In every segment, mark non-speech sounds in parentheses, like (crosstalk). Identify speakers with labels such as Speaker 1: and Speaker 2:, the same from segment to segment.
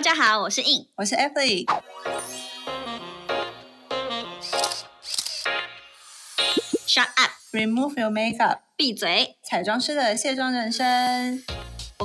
Speaker 1: 家好，我是 In。
Speaker 2: 我是 Emily。
Speaker 1: Shut up，
Speaker 2: Remove your makeup，
Speaker 1: 闭嘴。
Speaker 2: 彩妆师的卸妆人生。
Speaker 1: 我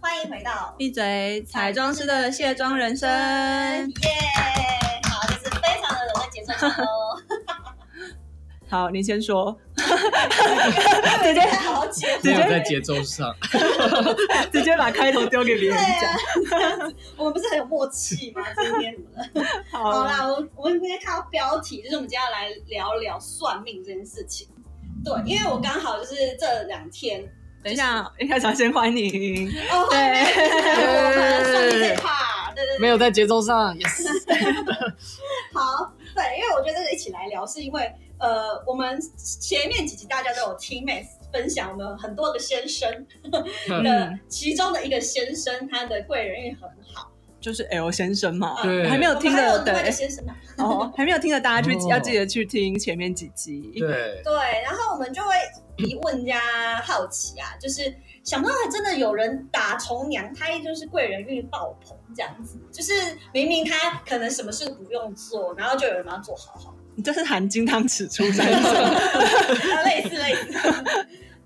Speaker 1: 欢迎回到
Speaker 2: (laughs) 闭嘴！彩妆师的卸妆人生。
Speaker 1: 耶！好，这是非常的有在节奏感哦。
Speaker 2: (laughs) 好，你先 (laughs) 说。直接
Speaker 1: 好久。
Speaker 3: (laughs)
Speaker 2: 直
Speaker 3: 没有在
Speaker 2: 接
Speaker 3: 节奏 (laughs) 上，
Speaker 2: 直接把开头丢给别人讲。
Speaker 1: 啊，我们不是很有默契吗？今天怎么了？
Speaker 2: 好
Speaker 1: 好
Speaker 2: 啦，
Speaker 1: 啦，我我今天看到标题，就是我们今天要来聊聊算命这件事情。对，因为我刚好就是这两天，
Speaker 2: 等一下，一开始要先欢迎。
Speaker 1: 哦，
Speaker 2: 对
Speaker 1: 算命这一趴，对对对，
Speaker 3: 没有在节奏上，yes。
Speaker 1: 好，对，因为我觉得这个一起来聊，是因为呃，我们前面几集大家都有听 Max 分享我们很多个先生 (laughs) 的
Speaker 2: 嗯，
Speaker 1: 其中的一个先生，他的贵人运很好，
Speaker 2: 就是 L 先生嘛。
Speaker 3: 嗯对
Speaker 2: 还没有听
Speaker 1: 我
Speaker 2: 的，
Speaker 1: 们还有另外一个。
Speaker 2: 对
Speaker 1: 先生呢。
Speaker 2: 哦，还没有听的大家去、
Speaker 3: 哦
Speaker 2: 要记得去听前面几集。，
Speaker 3: 对，
Speaker 1: 对，然后我们就会疑问人家好奇啊，就是想不到还真的有人打从娘胎就是贵人运爆棚这样子，就是明明他可能什么事不用做，然后就有人把他做好
Speaker 3: (laughs)
Speaker 1: 好，
Speaker 2: 你这是含金汤匙出生的。
Speaker 1: 啊类似类似，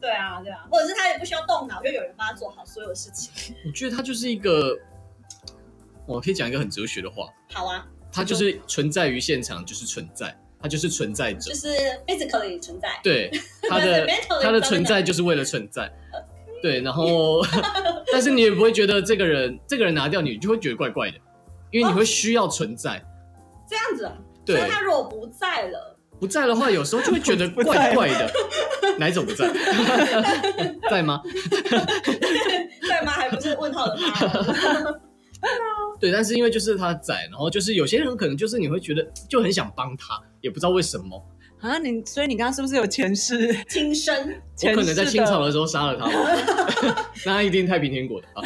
Speaker 1: 对啊对啊，或者是他也不需要动脑，就有人帮他做好所有事情，
Speaker 3: 我觉得它就是一个，我可以讲一个很哲学的话，
Speaker 1: 好啊，
Speaker 3: 它就是存在于现场，就是存在，它就是存在着
Speaker 1: 就。是 physically 存
Speaker 3: (laughs)
Speaker 1: 在，
Speaker 3: 对，它的
Speaker 1: 但是 mentally
Speaker 3: 它的存在就是为了存 (laughs) 在。对，然后， (laughs) 但是你也不会觉得这个人，这个人拿掉你，就会觉得怪怪的，因为你会需要存在。
Speaker 1: 这样子啊，所
Speaker 3: 对
Speaker 1: 以，他如果不在了，
Speaker 3: 不在的话，有时候就会觉 (laughs) 得怪怪的。哪一种不 (laughs) 在？在吗？
Speaker 1: 对吗？还不是问号的
Speaker 3: (laughs)
Speaker 1: 他，哦
Speaker 3: 对，但是因为就是他在，然后就是有些人可能就是你会觉得就很想帮他，也不知道为什么。
Speaker 2: 啊，你所以你刚刚是不是有前世？
Speaker 1: 亲生，
Speaker 3: 我
Speaker 2: 前
Speaker 3: 可能在
Speaker 2: 世
Speaker 3: 清朝
Speaker 2: (laughs) 的
Speaker 3: 的时候杀了他吧，那他一定太平天国的啊。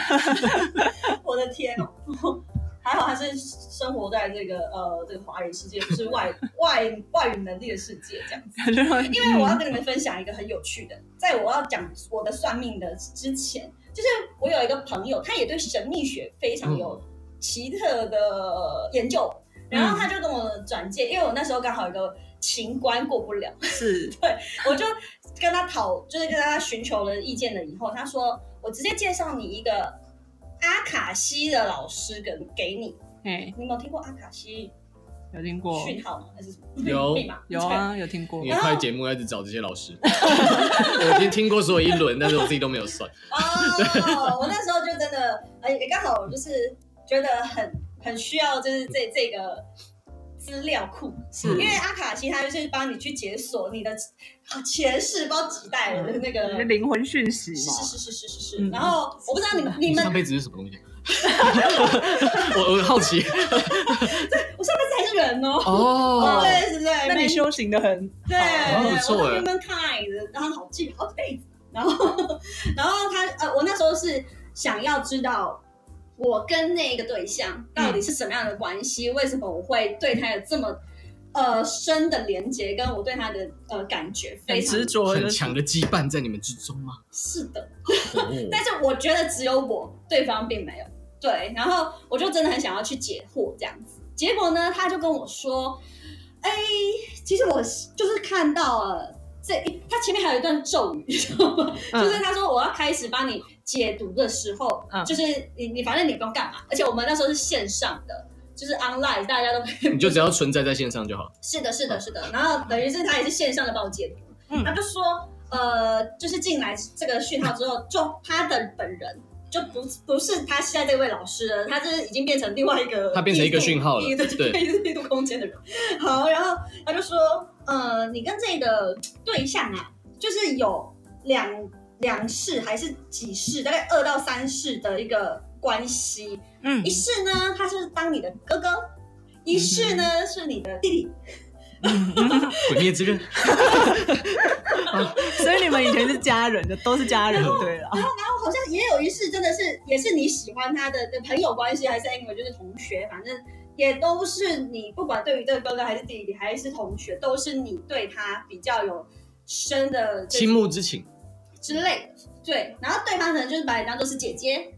Speaker 1: 我的天哦！ (laughs) 还好还是生活在这个呃这个华人世界，不是外 (laughs) 外外语能力的世界这样子。
Speaker 2: 感觉好像，
Speaker 1: 因为我要跟你们分享一个很有趣的，在我要讲我的算命的之前，就是我有一个朋友，他也对神秘学非常有奇特的研究，然后他就跟我转介，因为我那时候刚好有一个情关过不了。
Speaker 2: 是
Speaker 1: (laughs) 我就跟他讨，就是跟他寻求了意见了以后，他说我直接介绍你一个阿卡西的老师跟给你，
Speaker 2: 哎，
Speaker 1: 你有没有听过阿卡西
Speaker 2: 有听过，
Speaker 1: 讯号吗？还是什么
Speaker 3: 有
Speaker 1: 密码？
Speaker 2: 有啊，有听过
Speaker 3: 你。拍节目要一直找这些老师， (laughs) 我已经听过所有一轮，但是我自己都没有算。
Speaker 1: 哦，我那时候就真的，哎，也刚好我就是觉得很很需要，就是这这个资料库，
Speaker 2: 是
Speaker 1: 因为阿卡西他就是帮你去解锁你的啊前世，包几代的那个。
Speaker 2: 就是灵魂讯息
Speaker 1: 是
Speaker 2: 嘛，
Speaker 1: 是是是是是是，
Speaker 2: 嗯
Speaker 1: 然后我不知道你们你们
Speaker 3: 上辈子是什么东西？ (laughs) 我我好奇
Speaker 1: 我上辈子还是人哦，
Speaker 3: 哦，
Speaker 1: 对对对，
Speaker 2: 那你修行的很
Speaker 1: 对，
Speaker 3: 好不错
Speaker 1: 我
Speaker 3: 哎
Speaker 1: 是 human kind，然后好记好几辈子，然后然后他呃，我那时候是想要知道我跟那个对象到底是什么样的关系，为什么我会对他有这么呃深的连接，跟我对他的呃感觉非
Speaker 2: 很
Speaker 1: 常
Speaker 2: 执着，
Speaker 3: 很
Speaker 2: 就是
Speaker 3: 强的羁绊在你们之中吗？
Speaker 1: 是的，
Speaker 3: 哦，
Speaker 1: 但是我觉得只有我，对方并没有。对，然后我就真的很想要去解惑这样子。结果呢，他就跟我说：“哎、其实我就是看到了这一，他前面还有一段咒语，你知道吗？
Speaker 2: 嗯
Speaker 1: 就是他说我要开始帮你解读的时候，
Speaker 2: 嗯
Speaker 1: 就是你你反正你也不用干嘛，而且我们那时候是线上的，就是 online，大家都可以
Speaker 3: 你就只要存在在线上就好。
Speaker 1: 是的，是的，
Speaker 3: 嗯
Speaker 1: 是的。然后等于是他也是线上的帮我解读，
Speaker 2: 嗯
Speaker 1: 他就说，呃，就是进来这个讯号之后，就他的本人就不不是他现在这位老师了，他就是已经变成另外一个，
Speaker 3: 他变成一个讯号了
Speaker 1: 异度对，
Speaker 3: 对
Speaker 1: 对，异度空间的人。好，然后他就说，呃，你跟这个对象啊，就是有两两世还是几世，大概二到三世的一个关系，
Speaker 2: 嗯
Speaker 1: 一世呢，他是当你的哥哥；一是
Speaker 3: 嗯
Speaker 1: 呢是你的弟弟，
Speaker 2: 嗯
Speaker 3: (laughs) 鬼灭之刃，
Speaker 2: (laughs) 所以你们以前是家人的，都是家人，对了。
Speaker 1: 然后好像也有一世真的是也是你喜欢他的的朋友关系，还是 anyway 就是同学，反正也都是你不管对于这个哥哥还是弟弟还是同学，都是你对他比较有深的这
Speaker 3: 倾慕之情。
Speaker 1: 之类的。对，然后对方可能就是把你当做是姐姐，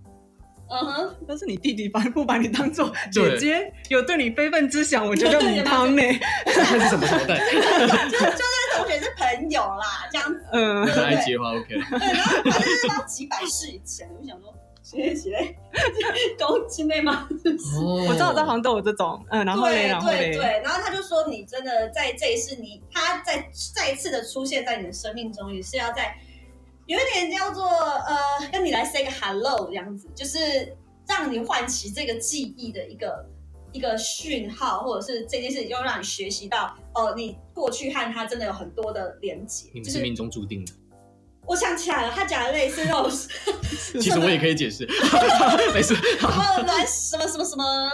Speaker 1: 嗯哼，
Speaker 2: 但是你弟弟把不把你当做
Speaker 3: (laughs)
Speaker 2: 姐姐，有对你非分之想，我觉得母汤呢，欸
Speaker 3: 看是什么朝代？
Speaker 1: 就是就是同学是朋友啦，这样子。
Speaker 2: (laughs) 嗯，
Speaker 3: 很爱接话，OK。
Speaker 1: 对，然后反正就是到几百世以前，我就想说，谁谁谁， (laughs) 勾亲妹吗？
Speaker 3: 哦
Speaker 2: 我知道在杭州有这种，嗯，然后嘞，
Speaker 1: 对
Speaker 2: 然后
Speaker 1: 对
Speaker 2: 嘞，
Speaker 1: 对，然后他就说，你真的在这一世，你他再再一次的出现在你的生命中，也是要在有一点叫做呃，跟你来 say 个 hello 这样子，就是让你唤起这个记忆的一个一个讯号，或者是这件事情，就让你学习到哦、你过去和他真的有很多的连接
Speaker 3: 你。
Speaker 1: 就
Speaker 3: 们是
Speaker 1: 是
Speaker 3: 命中注定的。
Speaker 1: 我想起来了，他讲的类似那
Speaker 2: (laughs)
Speaker 1: 种什 (laughs)
Speaker 3: 其实我也可以解释，没事。
Speaker 1: 么卵什么什么什么，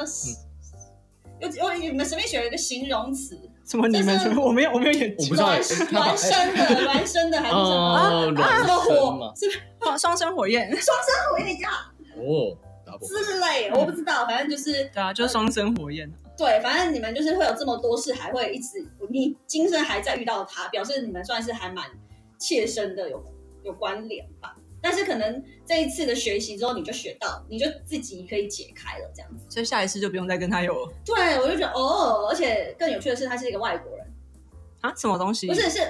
Speaker 1: 有有你们随便选一个形容词，
Speaker 2: 什么你们
Speaker 1: 就是
Speaker 2: 什么，我没有，我没有研
Speaker 3: 我 (laughs)
Speaker 2: 究
Speaker 3: 不知道
Speaker 1: 孪
Speaker 3: 哎他把
Speaker 1: 孪生的孪生的还是什么？啊
Speaker 3: 哦，
Speaker 1: 什
Speaker 3: 卵
Speaker 1: 么
Speaker 3: 生
Speaker 1: 火
Speaker 3: 嘛，
Speaker 1: 是不是
Speaker 2: 双双生火
Speaker 1: (laughs)
Speaker 2: 焰，
Speaker 1: 火焰呀
Speaker 3: 哦，打破。
Speaker 1: 之类，
Speaker 2: 嗯
Speaker 1: 我不知道，反正就是
Speaker 2: 对啊，就是双生火焰，
Speaker 1: 对，反正你们就是会有这么多事，还会一直你今生还在遇到他，表示你们算是还蛮切身的有有关联吧。但是可能这一次的学习之后，你就学到，你就自己可以解开了这样子。
Speaker 2: 所以下一次就不用再跟他有
Speaker 1: 对，我就觉得哦，而且更有趣的是，他是一个外国人，
Speaker 2: 啊什么东西，
Speaker 1: 不是是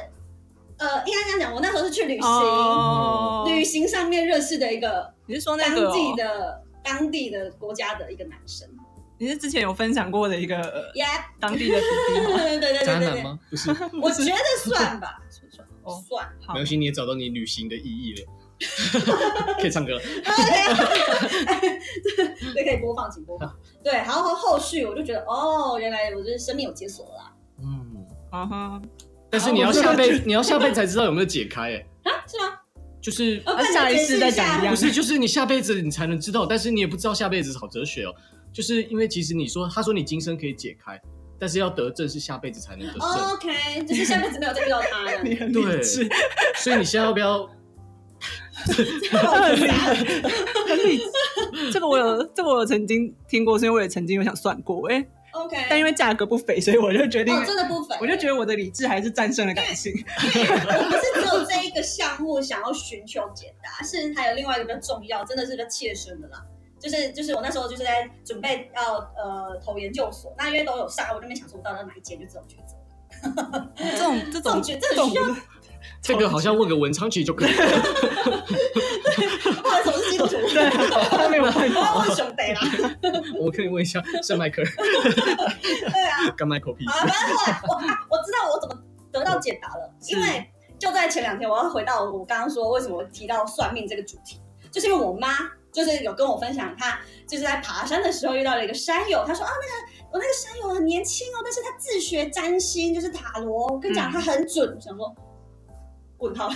Speaker 1: 呃，应该这样讲，我那时候是去旅行，
Speaker 2: 哦，
Speaker 1: 旅行上面认识的一个
Speaker 2: 你是说那
Speaker 1: 当
Speaker 2: 个哦
Speaker 1: 地的、当地的国家的一个男生。
Speaker 2: 你是之前有分享过的一个呃
Speaker 1: Yep，
Speaker 2: 当地的弟哦弟吗？
Speaker 1: 对对对对
Speaker 3: 渣
Speaker 1: 对
Speaker 3: 男
Speaker 1: 对，
Speaker 3: 吗？不是，没
Speaker 1: (laughs) 我
Speaker 2: (laughs)
Speaker 1: 觉得算吧，算
Speaker 2: 哦 (laughs)
Speaker 1: 算。
Speaker 2: 好
Speaker 3: 关系，你也找到你旅行的意义了。
Speaker 1: (laughs)
Speaker 3: 可以唱歌了，
Speaker 1: 对，可以播放，请播放。对，然后后续我就觉得，哦，原来我就是生命有解锁了啦，
Speaker 3: 嗯，
Speaker 2: 啊哈，
Speaker 3: 但是你要下辈，你要下辈子才知道有没有解开，哎，
Speaker 1: 啊，是吗？
Speaker 3: 就是
Speaker 1: 哦，
Speaker 2: 啊
Speaker 1: 那
Speaker 2: 下
Speaker 1: 你
Speaker 2: 一
Speaker 1: 解
Speaker 2: 次
Speaker 1: 释
Speaker 2: 再
Speaker 1: 一下
Speaker 2: 讲一样
Speaker 3: 不是，就是你下辈子你才能知道，但是你也不知道下辈子好哲学哦。就是因为其实你说，他说你今生可以解开，但是要得证是下辈子才能得证，
Speaker 1: 哦 OK，就是下辈子没有再遇到他了。
Speaker 2: (laughs) (laughs) 你很理
Speaker 3: 对
Speaker 2: 智，
Speaker 3: 所以你现在要不要？
Speaker 1: (laughs)
Speaker 2: 很理 (laughs) 智这个我有，这个我有曾经听过，所以我也曾经有想算过，哎、
Speaker 1: OK，
Speaker 2: 但因为价格不菲，所以我就决定，
Speaker 1: 哦，真的不粉，
Speaker 2: 我就觉得我的理智还是战胜了感性。
Speaker 1: 我不是只有这一个项目想要寻求解答，是还有另外一个比较重要，真的是比较切身的啦。就是就是我那时候就是在准备要呃投研究所，那因为都有上，我就没想说我到底要哪一间，就这种抉择。
Speaker 2: 这种这种
Speaker 1: 这种
Speaker 2: 这种
Speaker 1: 需要
Speaker 2: 不是
Speaker 3: 这个好像问个文昌其实就可以了。
Speaker 1: (laughs) 后来总是基督徒，
Speaker 2: 对啊，他没有办
Speaker 1: 我要
Speaker 2: 法。
Speaker 1: 问熊北啦。
Speaker 3: 我可以问一下圣迈克尔
Speaker 1: (laughs) 对啊，
Speaker 3: 跟迈克尔 P
Speaker 1: 好了，反正后来我啊我知道我怎么得到解答了，因为就在前两天，我要回到我刚刚说为什么我提到算命这个主题，就是因为我妈就是有跟我分享，她就是在爬山的时候遇到了一个山友，她说啊那个我那个山友很年轻哦，但是他自学占星，就是塔罗，我跟你讲
Speaker 2: 嗯
Speaker 1: 他很准，我想说。问号，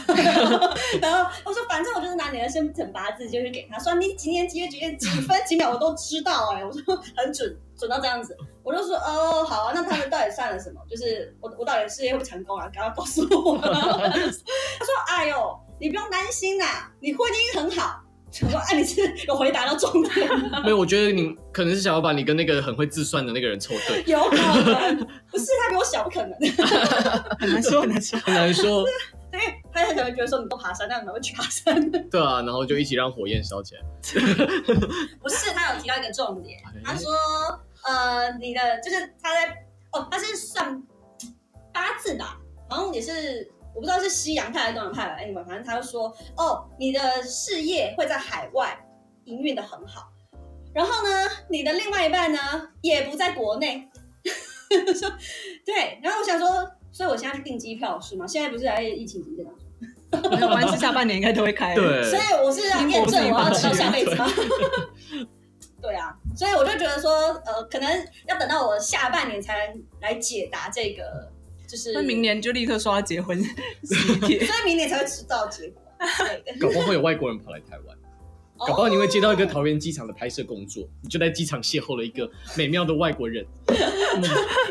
Speaker 1: 然后我说，反正我就是拿你的生辰八字，就是给他说你几年几月几月几分几秒我都知道哎、我说很准，准到这样子，我就说哦好啊，那他们到底算了什么？就是我 (laughs) 我到底事业会不会成功啊？赶快告诉我。 (laughs) 然后他就说他说哎呦，你不用担心啦，你婚姻很好。我说哎、你是有回答到重点吗，
Speaker 3: (laughs) 没有，我觉得你可能是想要把你跟那个很会自算的那个人凑对，
Speaker 1: 有可能不是他比我小，不可能。
Speaker 2: 很难说，很难说。
Speaker 3: 很难说。
Speaker 1: 因为他可能觉得说你不爬山，那你们会去爬山。
Speaker 3: 对啊，然后就一起让火焰烧起来。
Speaker 1: 不是，他有提到一个重点，
Speaker 3: 哎
Speaker 1: 他说，呃，你的就是他在哦，他是算八字吧，然后也是我不知道是西洋派还是东洋派吧，anyway，反正他就说，哦，你的事业会在海外营运的很好，然后呢，你的另外一半呢也不在国内， (laughs) 说对，然后我想说，所以我现在去订机票是吗？现在不是还疫情期间吗？
Speaker 2: 没有关系，下半年应该都会开。，
Speaker 3: 对
Speaker 1: 所，以我是要验证我要等到下辈子吗？ (laughs) 对啊，所以我就觉得说，呃，可能要等到我下半年才能来解答这个，就是
Speaker 2: 那明，年就立刻说要结婚喜帖。
Speaker 1: 所以明年才会知道结果之类
Speaker 3: (laughs)
Speaker 1: 的。
Speaker 3: 搞不好会有外国人跑来台湾，
Speaker 1: 哦
Speaker 3: 搞不
Speaker 1: (laughs)
Speaker 3: 好你会接到一个桃园机场的拍摄工作，你就在机场邂逅了一个美妙的外国人。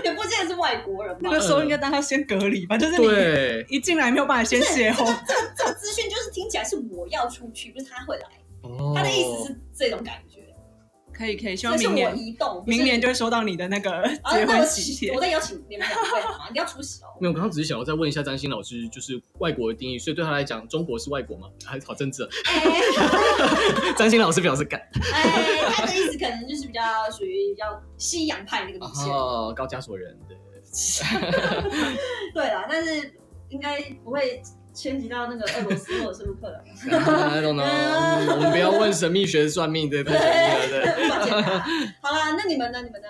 Speaker 1: 也不见得是外国人
Speaker 2: 那
Speaker 1: 嘛。
Speaker 2: 个时候应该让他先隔离吧，就是你
Speaker 3: 对，
Speaker 2: 一进来没有办法先泄洪，
Speaker 1: 这种资讯就是听起来是我要出去，不是他会来。
Speaker 3: 哦
Speaker 1: 他的意思是这种感觉，
Speaker 2: 可以可以，希
Speaker 1: 这
Speaker 2: 望
Speaker 1: 是
Speaker 2: 明
Speaker 1: 我
Speaker 2: 年
Speaker 1: 移动，不是
Speaker 2: 明年就会收到你的那个
Speaker 1: 啊，
Speaker 2: 结
Speaker 1: 那我
Speaker 2: 婚喜
Speaker 1: 请
Speaker 2: 帖
Speaker 1: 我。再邀请你们两位好吗？你要出
Speaker 2: (laughs)
Speaker 1: 席哦。
Speaker 3: 没有，我刚刚只是想要再问一下张欣老师，就是外国的定义，所以对他来讲，中国是外国吗？还好政治。啊
Speaker 1: 哎
Speaker 3: (laughs) 张欣老师表示感
Speaker 1: 哎，他的意思可能就是比较属于比较西洋派那个路线。
Speaker 3: 哦，高加索人对。
Speaker 1: 对啦，但是应该不会牵及到那
Speaker 3: (laughs)
Speaker 1: 个俄罗斯或者是乌克兰。
Speaker 3: I don't know，嗯
Speaker 1: (laughs)
Speaker 3: 我们不要问神秘学算命对，太神秘了。对，
Speaker 1: 无法解答。好啦，那你们呢？你们呢？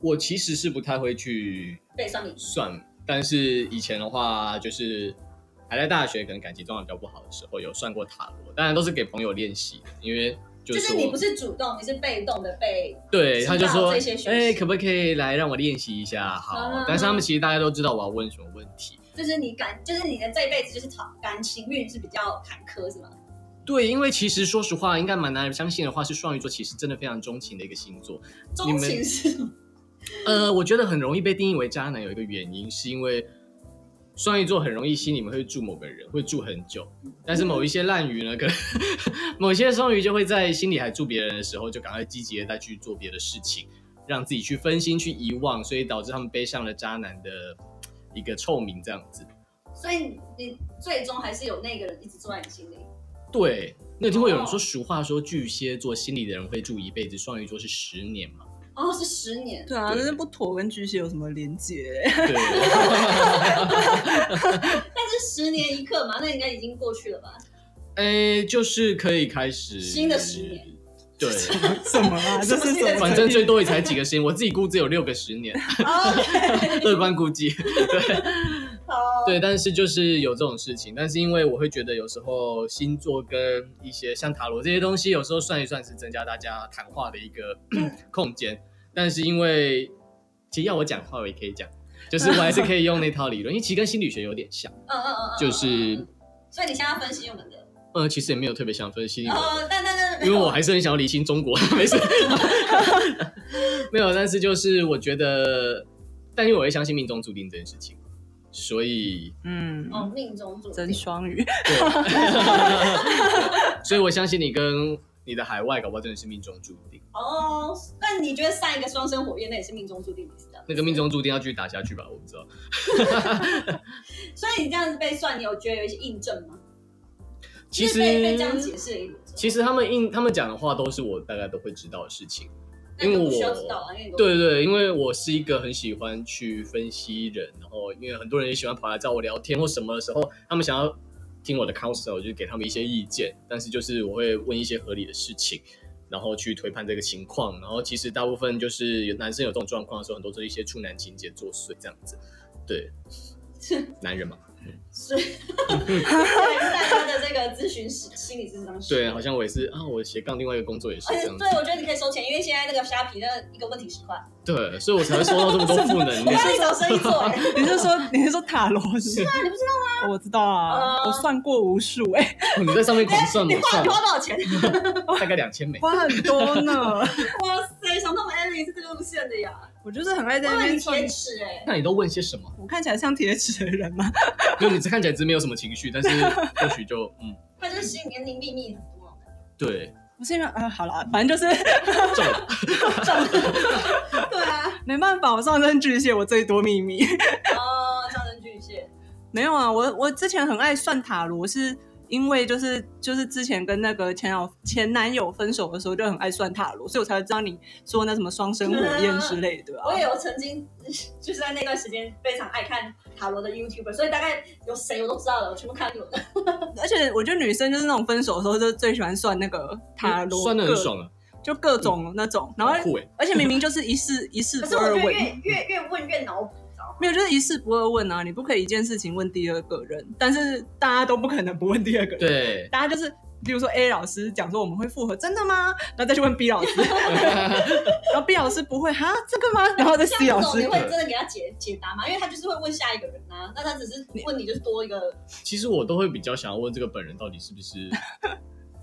Speaker 3: 我其实是不太会去
Speaker 1: 背上你
Speaker 3: 算，但是以前的话，就是还在大学，可能感情状况比较不好的时候，有算过塔罗，当然都是给朋友练习，因为就
Speaker 1: 就是是
Speaker 3: 我
Speaker 1: 你不是主动，你是被动的被。
Speaker 3: 对，
Speaker 1: 知
Speaker 3: 他就
Speaker 1: 道
Speaker 3: 说
Speaker 1: 这些，讯
Speaker 3: 哎、
Speaker 1: 息
Speaker 3: 可不可以来让我练习一下？好，
Speaker 1: 嗯嗯嗯
Speaker 3: 但是他们其实大家都知道我要问什么问题。
Speaker 1: 就是你感，就是你的这一辈子就是讨感情运是比较坎坷，是吗？
Speaker 3: 对，因为其实说实话，应该蛮难人相信的话，是双鱼座其实真的非常钟情的一个星座。你
Speaker 1: 钟
Speaker 3: 们
Speaker 1: 情是
Speaker 3: 呃，我觉得很容易被定义为渣男，有一个原因是因为双鱼座很容易心里面会住某个人，会住很久。
Speaker 1: 嗯
Speaker 3: 但是某一些烂鱼呢，可能 (laughs) 某些双鱼就会在心里还住别人的时候，就赶快积极的再去做别的事情，让自己去分心、去遗忘，所以导致他们背上了渣男的一个臭名，这样子。
Speaker 1: 所以你最终还是有那个人一直坐在你心里。
Speaker 3: 对，那听过有人说
Speaker 1: 哦
Speaker 3: 俗话说巨蟹座心里的人会住一辈子，双鱼座是十年
Speaker 1: (laughs)
Speaker 3: 嘛？
Speaker 1: 哦，是十年，
Speaker 2: 对啊，
Speaker 3: 对
Speaker 2: 但是不妥跟巨蟹有什么连结？
Speaker 3: 对，
Speaker 1: 但是十年一刻嘛，那应该已经过去了吧？
Speaker 3: 哎，就是可以开始
Speaker 1: 新的十年。
Speaker 3: 对。
Speaker 2: (laughs) 什么啊？这是什么？
Speaker 3: 反正最多也才几个十年，我自己估计有六个十年， (laughs)
Speaker 1: 哦，
Speaker 3: 乐观估计。
Speaker 1: 好，
Speaker 3: 对，但是就是有这种事情，但是因为我会觉得有时候星座跟一些像塔罗这些东西，有时候算一算是增加大家谈话的一个空间，但是因为其实要我讲话，我也可以讲，就是我 (laughs) 还是可以用那套理论，因为其实跟心理学有点像，
Speaker 1: 嗯嗯嗯，嗯
Speaker 3: 就是。
Speaker 1: 所以你现在要分析我们的，
Speaker 3: 呃，其实也没有特别想分析理论
Speaker 1: 哦，但但但，
Speaker 3: 因为我还是很想要理清中国， (laughs) 没事，没有，但是就是我觉得，但因为我也相信命中注定这件事情，所以
Speaker 2: 嗯，
Speaker 1: 哦，命中注定
Speaker 2: 真。双鱼，
Speaker 3: 对， (laughs) 所以我相信你跟你的海外，搞不好真的是命中注定。
Speaker 1: 哦，那你觉得上一个双生火焰那也是命中注定，你知道？
Speaker 3: 那个命中注定要继续打下去吧，我不知道。
Speaker 1: 所以你这样子被算，你有觉得有一些印证吗？
Speaker 3: 其
Speaker 1: 就是
Speaker 3: 实
Speaker 1: 被被这样解释了一轮之后，
Speaker 3: 其实他们应他们讲的话都是我大概都会知道的事情。
Speaker 1: 那你
Speaker 3: 因为
Speaker 1: 不需要
Speaker 3: 我
Speaker 1: 知道啊，因为你都
Speaker 3: 对对，因为我是一个很喜欢去分析人，然后因为很多人也喜欢跑来找我聊天或什么的时候，他们想要听我的 counsel，我就给他们一些意见，但是就是我会问一些合理的事情，然后去推判这个情况。然后其实大部分就是有男生有这种状况的时候，很多是一些处男情节作祟这样子。对，男人嘛，
Speaker 1: 是对大家的这个咨询师、心理咨商师。
Speaker 3: 对，好像我也是啊，我啊斜杠另外一个工作也是
Speaker 1: 而
Speaker 3: 这
Speaker 1: 且
Speaker 3: 样子
Speaker 1: 对，，我觉得你可以收钱，因为现在那个虾皮那一个问题十块，
Speaker 3: 对，所以我才会收到这么多负能
Speaker 1: 你
Speaker 3: 量。
Speaker 1: 看你找生意做、欸，
Speaker 2: (laughs) 你是说你是说塔罗是吗？
Speaker 1: 那你不知道
Speaker 2: 我知道啊，
Speaker 1: 哦
Speaker 2: 我算过无数 (laughs) 哎，
Speaker 3: 哦你在上面狂算，
Speaker 1: 你
Speaker 3: 我
Speaker 1: 花
Speaker 3: 算
Speaker 1: 你花多少钱？
Speaker 3: 大概两千美。
Speaker 2: 花很多呢。
Speaker 1: 哇塞，想到我 Ellie 是这个路线的呀，
Speaker 2: (laughs) 我就是很爱在
Speaker 1: 哇，
Speaker 2: 那
Speaker 1: 你
Speaker 2: 边算
Speaker 1: 铁。齿哎、
Speaker 3: 那你都问些什么？
Speaker 2: 我看起来像铁齿的人吗？ (laughs)
Speaker 3: 没有，你看起来只是没有什么情绪，但是或许就嗯，
Speaker 1: 他就是心里面灵秘密很多。
Speaker 3: 对，
Speaker 2: 不是因为呃，好了，反正就是 (laughs)
Speaker 3: 中了。
Speaker 1: 对啊，
Speaker 2: 没办法，我上升巨蟹，我最多秘密。 (laughs)
Speaker 1: 哦，上升巨蟹，
Speaker 2: 没有啊，我我之前很爱算塔罗，是因为就是就是之前跟那个前老前男友分手的时候就很爱算塔罗，所以我才会知道你说那什么双生火焰之类的
Speaker 1: 我
Speaker 2: 啊。
Speaker 1: 也有曾经就是在那段时间非常爱看塔罗的 YouTuber，所以大概有谁我都知道了，我全部看过了。
Speaker 2: 而且我觉得女生就是那种分手的时候就最喜欢算那个塔罗，
Speaker 3: 算的很
Speaker 2: 各，
Speaker 3: 爽啊，
Speaker 2: 就各种那种，然后
Speaker 3: 很酷哎，
Speaker 2: 而且明明就是一事一事
Speaker 1: 可
Speaker 2: 不
Speaker 1: 是我
Speaker 2: 二
Speaker 1: 觉得
Speaker 2: 问。
Speaker 1: 越越越问越脑补，你知道吗？
Speaker 2: 没有，就是一事不二问啊！你不可以一件事情问第二个人，但是大家都不可能不问第二个人。
Speaker 3: 对， (laughs)
Speaker 2: 大家就是，比如说 A 老师讲说我们会复合，真的吗？然后再去问 B 老师，然后 B 老师不会哈这个吗？然后再 C
Speaker 1: 像
Speaker 2: 老
Speaker 1: 这种你
Speaker 2: 师，
Speaker 1: 会真的给他解解答吗？因为他就是会问下一个人啊，那他只是问你就是多一个
Speaker 3: 其实我都会比较想
Speaker 2: (laughs)
Speaker 3: 要问这个本人到底是不是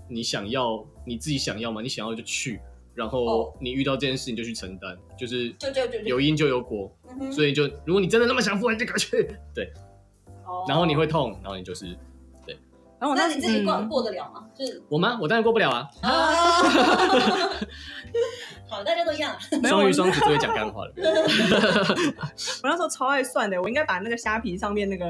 Speaker 3: 你想要，你自己想要吗？你想要就去，然
Speaker 2: 哦
Speaker 3: 后你遇到这件事情就去承担，就是
Speaker 1: 就就就
Speaker 3: 有因就有果，
Speaker 1: 嗯哼
Speaker 3: 所以就如果你真的那么想复合，你就赶快去，对，
Speaker 1: 哦
Speaker 3: 然后你会痛，然后你就是
Speaker 2: 然后我
Speaker 1: 那
Speaker 2: 时
Speaker 1: 你自己过
Speaker 2: 嗯
Speaker 1: 过得了吗？
Speaker 3: (laughs)
Speaker 1: 就是
Speaker 3: 我吗？我当然过不了啊，
Speaker 1: 啊，好，大家都一样啊，
Speaker 2: (laughs) 没有
Speaker 3: 双鱼双子最会讲
Speaker 2: (laughs)
Speaker 3: 干话了，
Speaker 2: 我那时候超爱算的，我应该把那个虾皮上面那个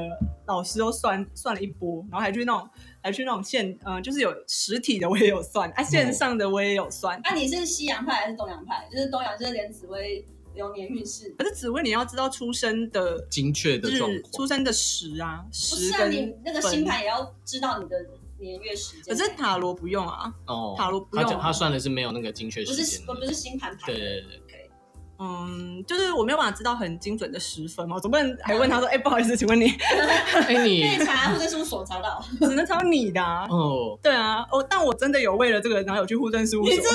Speaker 2: 老师都算算了一波，然后还去那种还去那种线，嗯、就是有实体的我也有算，啊，
Speaker 3: 哦
Speaker 2: 线上的我也有算。
Speaker 1: 那啊你是西洋派还是东洋派？就是东洋就是连紫薇流年运势，
Speaker 2: 可是紫薇你要知道出生的
Speaker 3: 精确的状
Speaker 2: 日、出
Speaker 3: 况。
Speaker 2: 生的时啊，
Speaker 1: 不
Speaker 2: 时
Speaker 1: 是啊？
Speaker 2: 跟
Speaker 1: 你那个
Speaker 2: 分
Speaker 1: 星盘也要知道你的年月时间。
Speaker 2: 可是塔罗不用啊，
Speaker 3: 哦，
Speaker 2: 塔罗不
Speaker 3: 他
Speaker 2: 用
Speaker 3: 讲他算的是没有那个精确
Speaker 1: 不
Speaker 3: 时
Speaker 1: 是
Speaker 3: 间
Speaker 1: 不
Speaker 3: 的，
Speaker 1: 不是星盘盘
Speaker 3: 对，对对对，
Speaker 2: 嗯，就是我没有办法知道很精准的时分嘛，我总不能还问他说，哎、不好意思，请问你 (laughs)
Speaker 3: 哎你
Speaker 1: 被查或者事务所查到，
Speaker 2: 只能挑你的、啊。
Speaker 3: 哦，
Speaker 2: 对啊，哦，但我真的有为了这个，然后有去户政事务所。
Speaker 1: 你真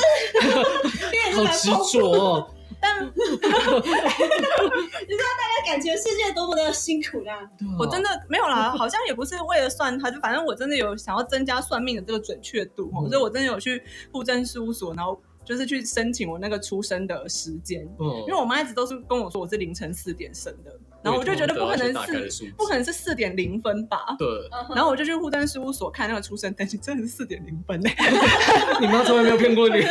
Speaker 1: 变
Speaker 3: 好执着哦，
Speaker 1: 那感觉世界多么的辛苦啦！
Speaker 3: 哦
Speaker 2: (laughs) 啊
Speaker 3: 啊
Speaker 2: 我真的没有啦，好像也不是为了算它，就反正我真的有想要增加算命的这个准确度、哦
Speaker 3: 嗯
Speaker 2: 所以我真的有去户政事务所，然后就是去申请我那个出生的时间，
Speaker 3: 哦，
Speaker 2: 因为我妈一直都是跟我说我是凌晨四点生的，然后我就觉得不可能
Speaker 3: 大概的
Speaker 2: 是
Speaker 3: 数字
Speaker 2: 不可能是四点零分吧。
Speaker 3: 对， (laughs)
Speaker 1: 然
Speaker 2: 然后我就去户政事务所看那个出生登记，真的是四点零分呢、欸
Speaker 3: 你妈从来没有骗
Speaker 2: (laughs)
Speaker 3: 过你，
Speaker 1: 你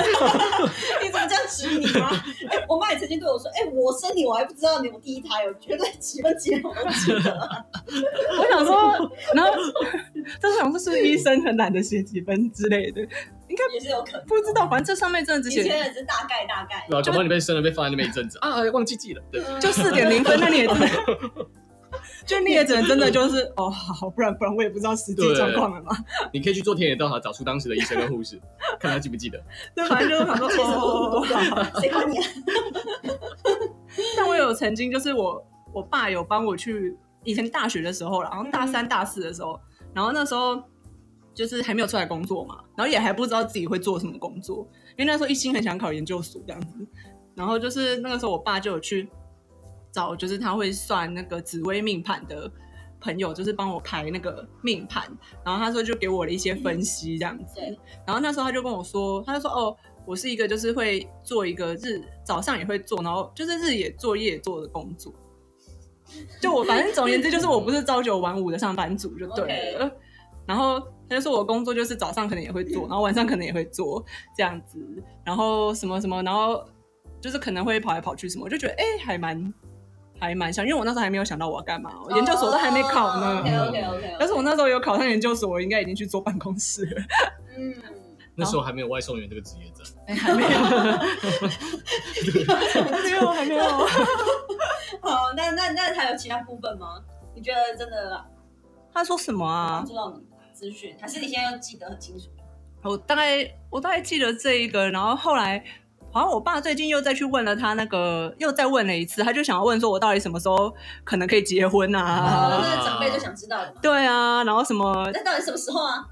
Speaker 1: 怎么这样指你妈？哎我妈也曾经对我说：“哎、我生你，我还不知道你们第一胎，我哦绝对几分几秒我都记得。
Speaker 2: 我想说， (laughs) 然后但是想说是不是医生很懒得写几分之类的，”
Speaker 1: 也是有
Speaker 2: (laughs)
Speaker 1: 可能，
Speaker 2: 不知道，反正这上面真的只
Speaker 1: 以
Speaker 2: 写
Speaker 1: 前也是大概大概。嗯
Speaker 3: 然后啊搞不好你被生了，被放在那边一阵子啊，
Speaker 2: 哎
Speaker 3: 忘记记了，对，
Speaker 2: 就四点零分，那你也真的，就你也只能真的就是哦，好，不然不然我也不知道实际状况了嘛。
Speaker 3: 你可以去做田野调查，找出当时的医生跟护
Speaker 2: (laughs)
Speaker 3: 士，看他记不记得。
Speaker 2: 对，反正就是想说哦，
Speaker 1: 谁管你啊？
Speaker 2: 但我有曾经就是我我爸有帮我去以前大学的时候啦，然后大三大四的时候，然后那时候就是还没有出来工作嘛，然后也还不知道自己会做什么工作，因为那时候一心很想考研究所这样子，然后就是那个时候我爸就有去找，就是他会算那个紫微命盘的。朋友就是帮我排那个命盘，然后他说就给我了一些分析这样子，
Speaker 1: 对
Speaker 2: 然后那时候他就跟我说，他就说哦，我是一个就是会做一个日早上也会做，然后就是日也做夜也做的工作。就我反正总而言之就是我不是朝九晚五的上班族就对了。然后他就说我工作就是早上可能也会做，然后晚上可能也会做这样子，然后什么什么，然后就是可能会跑来跑去什么，我就觉得哎、还蛮还蛮像，因为我那时候还没有想到我要干嘛，我 (laughs) 研究所都还没考呢。嗯
Speaker 1: OK OK OK。
Speaker 2: 要是我那时候有考上研究所，我应该已经去坐办公室了。
Speaker 1: 嗯，
Speaker 3: 那时候还没有外送员这个职业在，
Speaker 2: 哎，还没有，没有，还没有。
Speaker 1: 好，那那那还有其他部分吗？你觉得真的
Speaker 2: 他说什么啊
Speaker 1: 帮？助到你资讯，还是你现在要记得很清楚？
Speaker 2: 我大概我大概记得这一个，然后后来好像我爸最近又再去问了他那个，又再问了一次，他就想要问说我到底什么时候可能可以结婚
Speaker 1: 哦
Speaker 2: 啊？
Speaker 1: 那长辈就想知道的嘛。
Speaker 2: 对啊，然后什么，
Speaker 1: 那到底什么时候啊？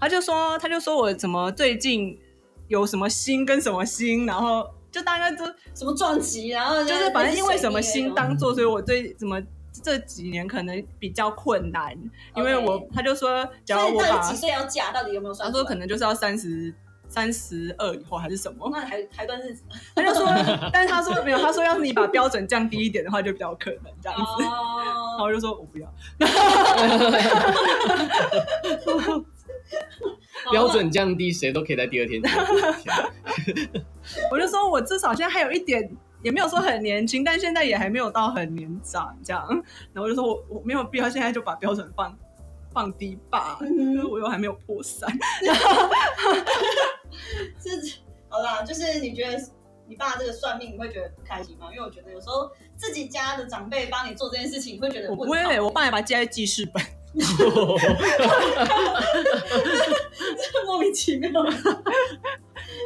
Speaker 2: 他就说他就说我怎么最近有什么星跟什么星，然后就大概都
Speaker 1: 什么撞击？然后
Speaker 2: 就是反正因为什么
Speaker 1: 新
Speaker 2: 新当做，所以我对怎么。这几年可能比较困难，因为我
Speaker 1: OK
Speaker 2: 他就说，假
Speaker 1: 所
Speaker 2: 如
Speaker 1: 以
Speaker 2: 我
Speaker 1: 到
Speaker 2: 把
Speaker 1: 底几岁要嫁？到底有没有算
Speaker 2: 他
Speaker 1: 出来？
Speaker 2: 说可能就是要三十三十二以后还是什
Speaker 1: 哦， (laughs)
Speaker 2: 么，
Speaker 1: 那还还段日
Speaker 2: (laughs)
Speaker 1: 子。
Speaker 2: 他就说，但是他说没有，他说要是你把标准降低一点的话，就比较有可能这样子。 (laughs) 然后
Speaker 1: 哦，
Speaker 2: 我就说我不要，
Speaker 3: 标准降低，谁都可以在第二天结婚。天啊
Speaker 2: 我就说我至少现在还有一点，也没有说很年轻，但现在也还没有到很年长这样。然后我就说我我没有必要现在就把标准放放低吧，
Speaker 1: 嗯哼
Speaker 2: 因为我又还没有破三。
Speaker 1: (laughs) 是好啦，就是你觉得你爸这个算命，你会觉得不开心吗？因为我觉得有时候自己家的长辈帮你做这件事情，你会觉得
Speaker 2: 我不
Speaker 1: 问号
Speaker 2: 会，
Speaker 1: (laughs)
Speaker 2: 我爸也把它记在记事本。 (laughs)
Speaker 1: 莫名其妙。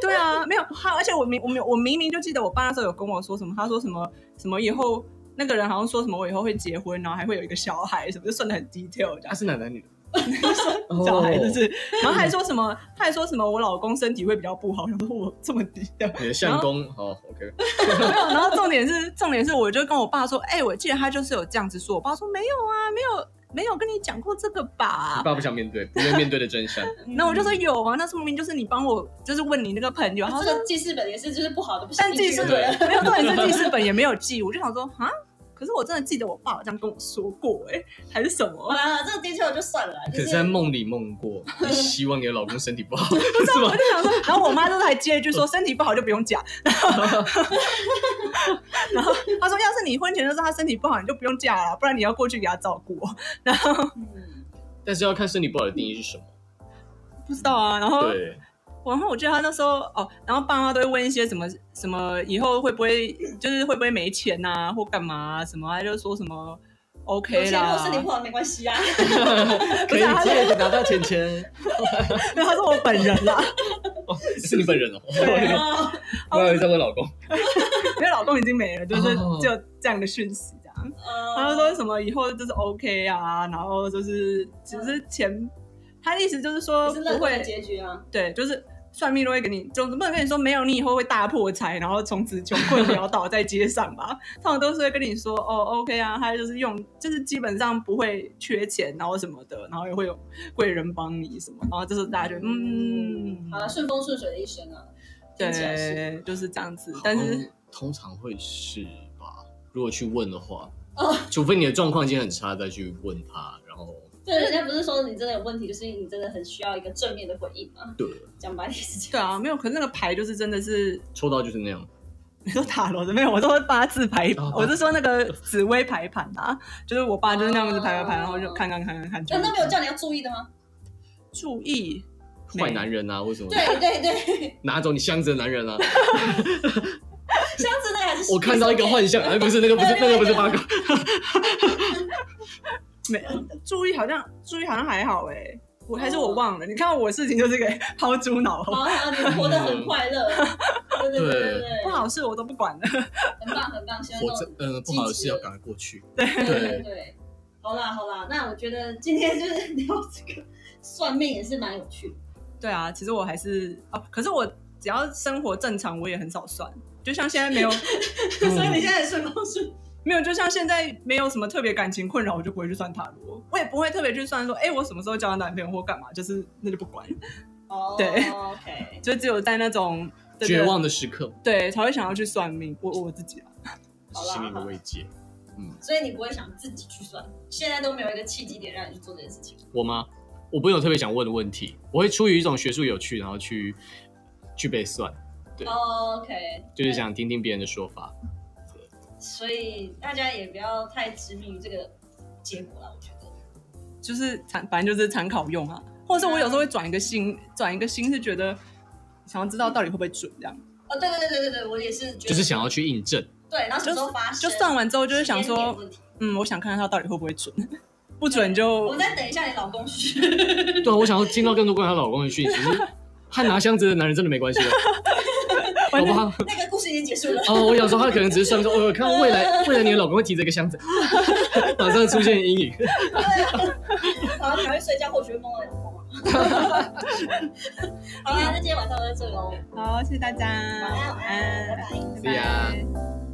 Speaker 2: 对啊， (laughs) 没有他，而且我明我明我明明就记得我爸那时候有跟我说什么，他说什么什么以后那个人好像说什么我以后会结婚，然后还会有一个小孩什么，就算的很 detail 这
Speaker 3: 他
Speaker 2: 样。
Speaker 3: 是男男女的，
Speaker 2: (laughs)
Speaker 3: 哦
Speaker 2: 小孩就是，然后还说什么，他还说什么我老公身体会比较不好，然后我这么低
Speaker 3: (laughs)
Speaker 2: 调，
Speaker 3: 你的相公，好 OK，
Speaker 2: 没有。然后重点是重点是，我就跟我爸说，哎、我记得他就是有这样子说，我爸说没有啊，没有。没有跟你讲过这个吧
Speaker 3: 你？爸不想面对，不愿面对的真
Speaker 2: (laughs)
Speaker 3: 相。
Speaker 2: (laughs) 那我就说有啊，那是明明就是你帮我，就是问你那个朋友，他
Speaker 1: 这
Speaker 2: 说
Speaker 1: 个记事本也是，就是不好的不
Speaker 2: (laughs) 但
Speaker 1: 行
Speaker 2: 记
Speaker 1: 进去
Speaker 2: 事
Speaker 1: 就对了。
Speaker 2: 本没有，重点是记事本也没有记，我就想说啊，可是我真的记得我爸好像跟我说过、欸，哎，还是什么？ (laughs)
Speaker 1: 完了，这个 detail 就算了啦，
Speaker 3: 可
Speaker 1: 就是是
Speaker 3: 在梦里梦过，你希望你的老公身体
Speaker 2: (laughs)
Speaker 3: 不好， (laughs) 是吗
Speaker 2: 我？就想说，然后我妈就是还接一句说身体不好就不用讲， (laughs) 然后然后她说要是你婚前就知道她身体不好，你就不用嫁了，不然你要过去给她照顾。 (laughs)
Speaker 1: 嗯
Speaker 3: 但是要看身体不好的定义是什么。
Speaker 2: 不知道啊，然后
Speaker 3: 对，
Speaker 2: 然后我记得他那时候哦，然后爸妈都会问一些什么什么以后会不会就是会不会没钱呐、或干嘛、啊什么，他就说什么 OK
Speaker 1: 有钱如
Speaker 2: 啦
Speaker 1: 果，身
Speaker 2: (laughs)
Speaker 1: 体不好没关系啊，
Speaker 3: (laughs) 可
Speaker 2: 啊
Speaker 3: 以借着拿到钱钱，
Speaker 2: 然后他说我本人啦，
Speaker 3: 是你本人哦。
Speaker 2: (laughs) 对啊
Speaker 1: (laughs) 哦
Speaker 3: (laughs) 我以为在问老公，
Speaker 2: 因为老公已经没了，就是
Speaker 3: 哦
Speaker 2: 只有这样的讯息这样。
Speaker 1: 呃
Speaker 2: 他就说什么以后就是 OK 啊，然后就是只是钱，他的意思就是说
Speaker 1: 也是乐
Speaker 2: 不
Speaker 1: 观的
Speaker 2: 会，
Speaker 1: 结局啊，
Speaker 2: 对，就是算命都会给你，总不能跟你说没有，你以后会大破财，然后从此穷困潦倒在街上吧。通常都是会跟你说哦 OK 啊，他就是用，就是基本上不会缺钱，然后什么的，然后也会有贵人帮你什么，然后就是大家觉得嗯
Speaker 1: 好，了，顺风顺水的一生啊，听起来是嗯
Speaker 2: 对，就是这样子，但是。
Speaker 3: 通常会是吧？如果去问的话
Speaker 1: 哦，
Speaker 3: 除非你的状况已经很差，再去问他，然后
Speaker 1: 对，人家不是说你真的有问题，就是你真的很需要一个正面的回应嘛。
Speaker 3: 对，
Speaker 1: 讲白一点，
Speaker 2: 对啊，没有，可是那个牌就是真的是，
Speaker 3: 抽到就是那样。
Speaker 2: 你说塔罗的没有，我说八字牌，
Speaker 3: 哦
Speaker 2: 我是说那个紫薇牌盘啊，就是我爸就是那样子排排排，然后就看看看看看，
Speaker 1: 哦那那没有叫你要注意的吗？
Speaker 2: 注意，没
Speaker 3: 坏男人啊，为什么？
Speaker 1: 对对对，
Speaker 3: 拿走你箱子的男人啊！
Speaker 1: 箱子那还是
Speaker 3: 我看到一个幻象，哎，不是那个，不是那个，不是八卦。
Speaker 2: 没注意好像注意好像还好哎、我还是
Speaker 1: 哦
Speaker 2: 我忘了，你看我事情就是给抛猪脑
Speaker 1: 好
Speaker 2: 后，
Speaker 1: 好，你活得很快
Speaker 3: (laughs)
Speaker 1: 乐，对对对对对，
Speaker 2: 不好的事我都不管了。 (laughs)
Speaker 1: 很棒很棒，希望
Speaker 3: 活
Speaker 1: 都
Speaker 3: 着，嗯，不好的事要赶快过去。
Speaker 1: 对对
Speaker 3: 对，
Speaker 1: 对。好啦好啦，那我觉得今天就是 (laughs) 聊这个算命也是蛮有趣的。
Speaker 2: 对啊，其实我还是啊，可是我只要生活正常，我也很少算，就像现
Speaker 1: (laughs)
Speaker 2: 在没有
Speaker 3: (laughs)
Speaker 1: 所以你现在也顺风顺水，
Speaker 2: 没有，就像现在没有什么特别感情困扰，我就不会去算塔罗，我也不会特别去算说，哎、我什么时候交到男朋友或干嘛，就是那就不管，
Speaker 1: 哦
Speaker 2: 对
Speaker 1: ，OK，
Speaker 2: 就只有在那种真的
Speaker 3: 绝望的时刻，
Speaker 2: 对才会想要去算命，我我自己啊，
Speaker 1: 好啦
Speaker 3: 心灵的慰藉。嗯，
Speaker 1: 所以你不会想自己去算，现在都没有一个契机点让你去做这件事情。
Speaker 3: 我吗？我不有特别想问的问题，我会出于一种学术有趣，然后去去被算，对
Speaker 1: 哦 OK，
Speaker 3: 就是想听听别人的说法。
Speaker 1: 所以大家也不要太执迷于这个结果了，我觉得。
Speaker 2: 就是参反正就是参考用啊，或者是我有时候会转一个心，转一个心是觉得想要知道到底会不会准这样，
Speaker 1: 哦，对对对对对，我也是觉得，
Speaker 3: 就是想要去印证，
Speaker 1: 对，然后什么时候发生，
Speaker 2: 就算完之后就是想
Speaker 1: 时间点
Speaker 2: 说，
Speaker 1: 问题
Speaker 2: 嗯，我想看看他到底会不会准， (laughs) 不准
Speaker 1: 我
Speaker 2: 就
Speaker 1: 再等一下你老公去，
Speaker 3: 对啊，我想要听到更多关于她老公的讯息。只是和拿箱子的男人真的没关系的，好不好？
Speaker 1: 那个故事已经结束了。
Speaker 3: 哦，我想说，他可能只是算说，哦，我看到未来，未来你的老公会提着一个箱子，马上出现阴影。
Speaker 1: 然后赶快睡觉，或许会梦到你老
Speaker 3: (laughs)
Speaker 1: 公啊。好啦，那今天晚上就到这喽，
Speaker 2: 好，谢谢大家，
Speaker 1: 晚安，晚安，拜拜。
Speaker 3: See ya